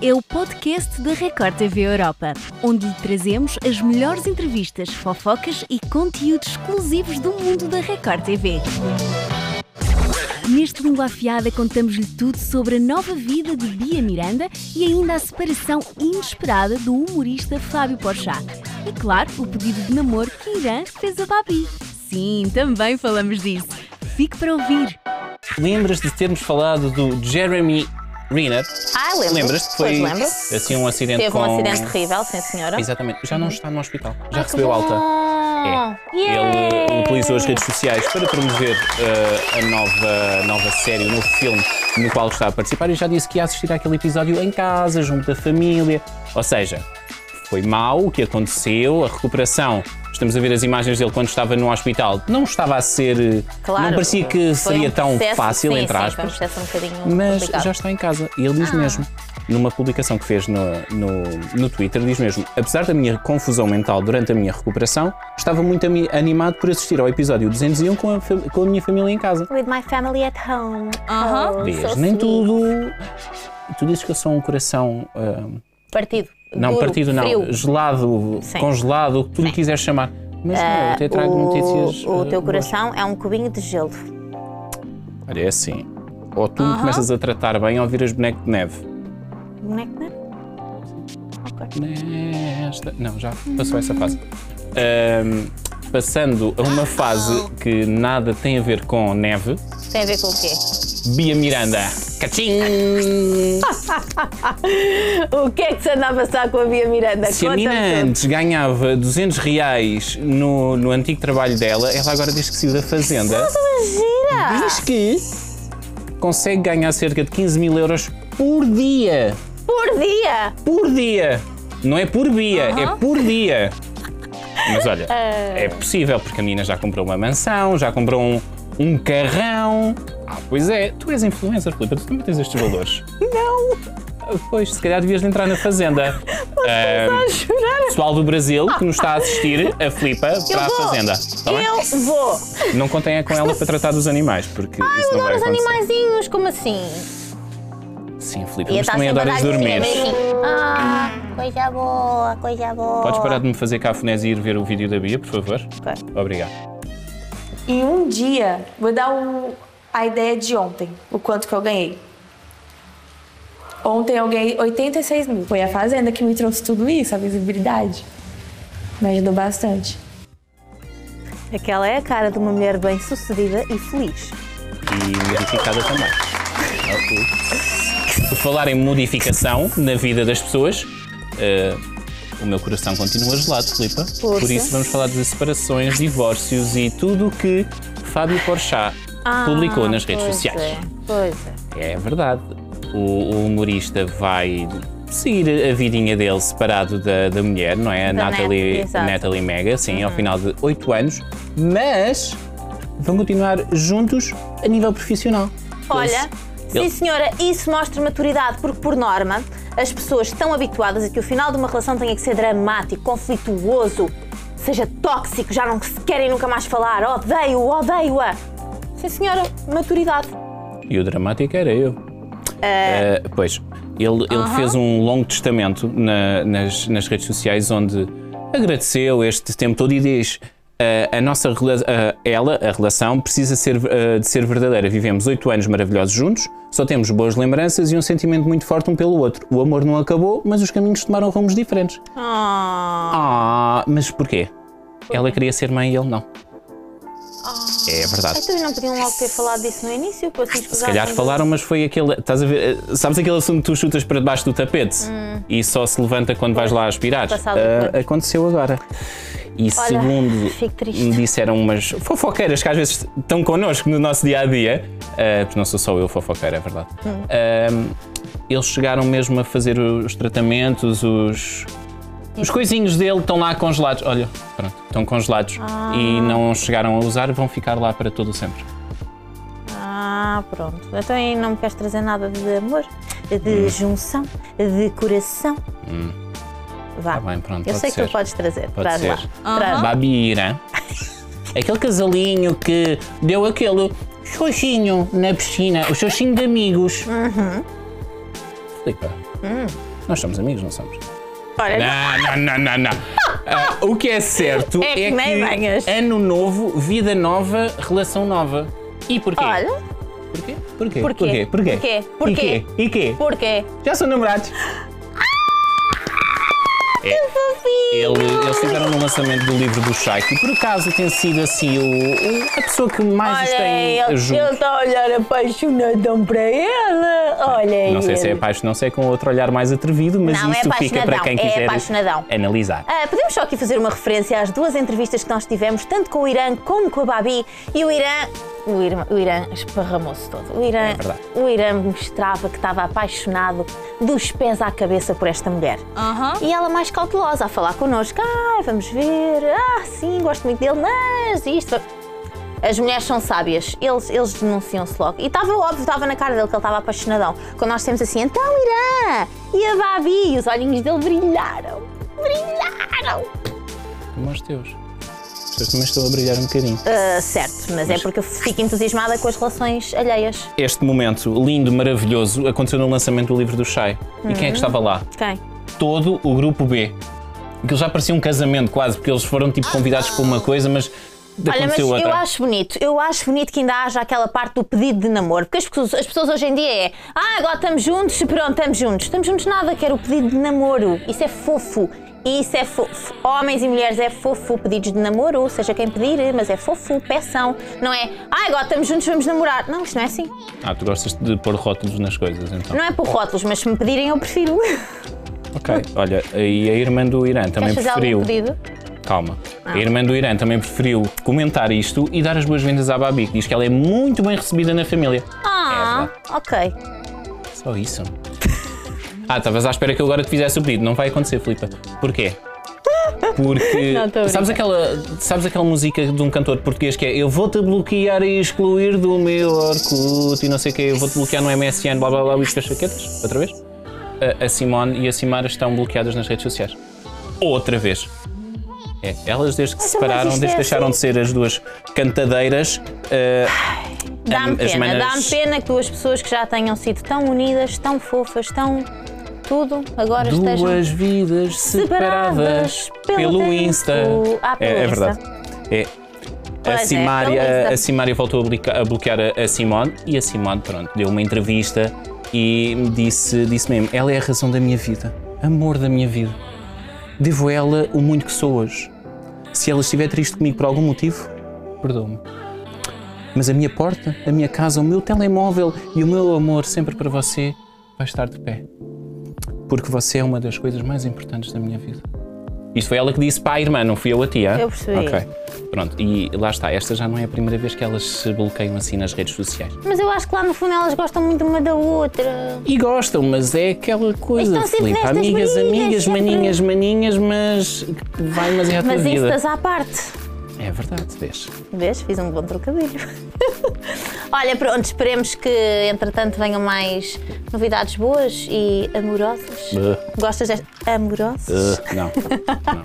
é o podcast da Record TV Europa, onde lhe trazemos as melhores entrevistas, fofocas e conteúdos exclusivos do mundo da Record TV. Neste Língua Afiada contamos-lhe tudo sobre a nova vida de Bia Miranda e ainda a separação inesperada do humorista Fábio Porchat. E claro, o pedido de namoro que Irã fez a Babi. Sim, também falamos disso. Fique para ouvir. Lembras de termos falado do Jeremy Renner? Ah, lembro. Lembras que foi Pois lembro. assim um acidente Teve com... um acidente terrível, sim senhora. Exatamente. Já não está no hospital. Já Ah, que recebeu alta. bom. É. Ele Yay! eh, utilizou as redes sociais para promover eh, a nova, a nova série, o novo filme no qual está a participar e já disse que ia assistir àquele episódio em casa, junto da família. Ou seja, foi mau o que aconteceu, a recuperação. Estamos a ver as imagens dele quando estava no hospital. Não estava a ser. eh, Claro. não parecia que Foi seria um tão processo- fácil, sim, entre sim, aspas. Foi um processo um bocadinho Mas complicado. Ah. já está em casa. E ele diz mesmo, numa publicação que fez no, no, no Twitter, diz mesmo: apesar da minha confusão mental durante a minha recuperação, estava muito ami- animado por assistir ao episódio 201 com a, fa- com a minha família em casa. With my family at home. Aham. Oh, Vês, so nem sweet. tudo. Tu dizes que eu sou um coração. ah, Partido. não, duro, partido não, frio. gelado, Sim. Ah, congelado, o que tu lhe quiseres chamar. Mas não, eu até trago notícias. o, o ah, teu boas. coração é um cubinho de gelo. Olha, é assim. Ou tu me começas a tratar bem ao viras boneco de neve. Não é que não é? Ok. Nesta. Não, já passou essa fase. Ahm, passando a uma fase que nada tem a ver com neve, Tem a ver com o quê? Bia Miranda. Cachim! O que é que se anda a passar com a Bia Miranda? Se a Conta-me mina tudo. antes ganhava 200 reais no, no antigo trabalho dela, ela agora diz que saiu da fazenda. Gira! Diz que consegue ganhar cerca de 15 mil euros por dia. Por dia! Por dia! Não é por Bia, é por dia. Mas olha, é possível, porque a menina já comprou uma mansão, já comprou um, um carrão. Ah, pois é, tu és influencer, Filipe, tu também tens estes valores. Não! Ah, Pois, se calhar devias de entrar na Fazenda. Ah, Está a chorar! Pessoal do Brasil que nos está a assistir, a Filipa, para a vou. Fazenda. Tá bem? Eu vou! Não contenha com ela para tratar dos animais, porque isso não vai Adoro os acontecer. animaizinhos, como assim? Sim, Filipa, Ia mas estar também sempre a adoras dar de dormir. cima, assim. Ah, coisa boa, coisa boa. Podes parar de me fazer cafunés e ir ver o vídeo da Bia, por favor? Ok. Obrigado. E um dia, vou dar o- a ideia de ontem, o quanto que eu ganhei. Ontem eu ganhei 86 mil. Foi a Fazenda que me trouxe tudo isso, a visibilidade. Me ajudou bastante. Aquela é a cara de uma mulher bem-sucedida e feliz. e modificada também. Oh, Por falar em modificação na vida das pessoas, eh, o meu coração continua gelado, Filipa. Por isso vamos falar de separações, divórcios e tudo o que Fábio Porchat publicou nas redes Ah, Pois sociais. é, Pois é. É verdade. O, o humorista vai seguir a vidinha dele separado da, da mulher, não é? A Da Nat- Natalie, exato. Uhum. Natalie Mega, sim, ao final de oito anos. Mas vão continuar juntos a nível profissional. Olha, Ele- sim senhora, isso mostra maturidade, porque por norma as pessoas estão habituadas a que o final de uma relação tenha que ser dramático, conflituoso, seja tóxico, já não se querem nunca mais falar, odeio, odeio-a. Sim senhora, maturidade. E o dramático era eu. Eh, pois, ele, ele fez um longo testamento na- nas, nas redes sociais onde agradeceu este tempo todo e diz. "Eh, a nossa rela- eh, ela, a relação, precisa ser, eh, de ser verdadeira. Vivemos oito anos maravilhosos juntos, só temos boas lembranças e um sentimento muito forte um pelo outro. O amor não acabou, mas os caminhos tomaram rumos diferentes. Ah, Ah, mas porquê? Ela queria ser mãe e ele não. É verdade. então não podiam logo ter falado disso no início, para assim Se calhar falaram, mas foi aquele. Estás a ver? eh, Sabes aquele assunto que tu chutas para debaixo do tapete e só se levanta quando vais lá aspirar? Passado Ah, depois. aconteceu agora. E um segundo fico triste. me disseram umas fofoqueiras que às vezes estão connosco no nosso dia a dia, Ah, porque não sou só eu fofoqueira, é verdade. Ah, eles chegaram mesmo a fazer os tratamentos, os. Os coisinhos dele estão lá congelados. Olha, pronto, estão congelados e não chegaram a usar, vão ficar lá para todo o sempre. Ah, pronto. Então aí não me queres trazer nada de amor, Hum. de junção, de coração. Vá. Tá bem, pronto, Eu pode sei que ser. tu podes trazer. Pode Traz ser. lá. Traz lá. Babira. Aquele casalinho que deu aquele Uhum. Hum. xoxinho na piscina, o xoxinho de amigos. Flipa. Nós somos amigos, não somos? Olha, Não, não, não, não, não. Ah, o que é certo É que é nem venhas. que ano novo, vida nova, relação nova. E porquê? Olha, Porquê? Porquê? Porquê? Porquê? Porquê? Porquê? E quê? E quê? porquê? Já são namorados. Ah, É. Ele, eles fizeram no lançamento do livro do Shai, que por acaso tem sido assim o, o- a pessoa que mais os Olha, tem ele é junto. ele está a olhar apaixonadão para ela. Olha Não sei se é ele. apaixonado, não sei com outro olhar mais atrevido, mas Não, é isso fica para apaixonadão, quem é quiser apaixonadão. analisar. Ah, podemos só aqui fazer uma referência às duas entrevistas que nós tivemos, tanto com o Irã como com a Babi. E o Irã. O Irã, o Irã esparramou-se todo. O Irã, É verdade. o Irã mostrava que estava apaixonado dos pés à cabeça por esta mulher. É E ela mais cautelosa a falar connosco. Ah, vamos ver. Ah, sim, gosto muito dele, mas isto. As mulheres são sábias, eles, eles denunciam-se logo. E estava óbvio, estava na cara dele que ele estava apaixonadão. Quando nós temos assim, então Irã! E a Babi, e os olhinhos dele brilharam. Brilharam! Como aos teus. Os teus também estão a brilhar um bocadinho. Ah, certo, mas é porque eu fico entusiasmada com as relações alheias. Este momento lindo, maravilhoso, aconteceu no lançamento do livro do Shai. E Uhum. quem é que estava lá? Quem? todo o grupo B. Aquilo já parecia um casamento quase, porque eles foram tipo convidados para uma coisa, mas Olha, mas aconteceu um outra. eu acho bonito, eu acho bonito que ainda haja aquela parte do pedido de namoro, porque as pessoas, as pessoas hoje em dia é ah, agora estamos juntos, pronto, estamos juntos. Estamos juntos nada, quero o pedido de namoro. Isso é fofo. Isso é fofo. Homens e mulheres é fofo, pedidos de namoro, seja quem pedir, mas é fofo, peção. Não é, ah, agora estamos juntos, vamos namorar. Não, isto não é assim. Ah, tu gostas de pôr rótulos nas coisas, então. Não é por rótulos, mas se me pedirem eu prefiro. Ok. Olha, e a irmã do Irã também Queres fazer algum preferiu. É, pedido? Ah. Calma. A irmã do Irã também preferiu comentar isto e dar as boas-vindas à Babi, que diz que ela é muito bem recebida na família. Ah, ok. Só isso. Ah, estavas à espera que eu agora te fizesse o pedido. Não vai acontecer, Filipa. Porquê? Porque. Não, tô a sabes, aquela, sabes aquela música de um cantor português que é Eu vou-te bloquear e excluir do meu Orkut e não sei o quê, eu vou-te bloquear no MSN, blá blá blá, e as chaquetas? Outra vez? A, a Simone e a Simara estão bloqueadas nas redes sociais. Outra vez. É, elas desde que se Então, mas separaram, isto desde é que deixaram de ser as duas cantadeiras, eh, Dá-me Am- as pena, manas- dá-me pena que duas pessoas que já tenham sido tão unidas, tão fofas, tão tudo, agora estejam. Duas vidas separadas separadas pelo pelo, tempo. Insta. Ah, pelo é, é Insta. verdade. É. A Pois é, Simária, pelo Insta. a Simária voltou a blica- a bloquear a, a Simone e a Simone, pronto, deu uma entrevista e disse, disse mesmo: ela é a razão da minha vida, amor da minha vida. Devo a ela o muito que sou hoje. Se ela estiver triste comigo por algum motivo, perdoa-me. Mas a minha porta, a minha casa, o meu telemóvel e o meu amor sempre para você vai estar de pé. Porque você é uma das coisas mais importantes da minha vida. Isto foi ela que disse para a irmã, não fui eu a tia. Eu percebi. Ok. Pronto, e lá está. Esta já não é a primeira vez que elas se bloqueiam assim nas redes sociais. Mas eu acho que lá no fundo elas gostam muito uma da outra. E gostam, mas é aquela coisa, Mas estão sempre Filipe. nestas Amigas, brigas, amigas, sempre. maninhas, maninhas, mas vai, mas é a tua Mas vida. instas à parte. É verdade, deixa. Vês? Fiz um bom trocadilho. Olha, pronto, esperemos que entretanto venham mais novidades boas e amorosas. Uh. Gostas desta? Amorosas? não, não.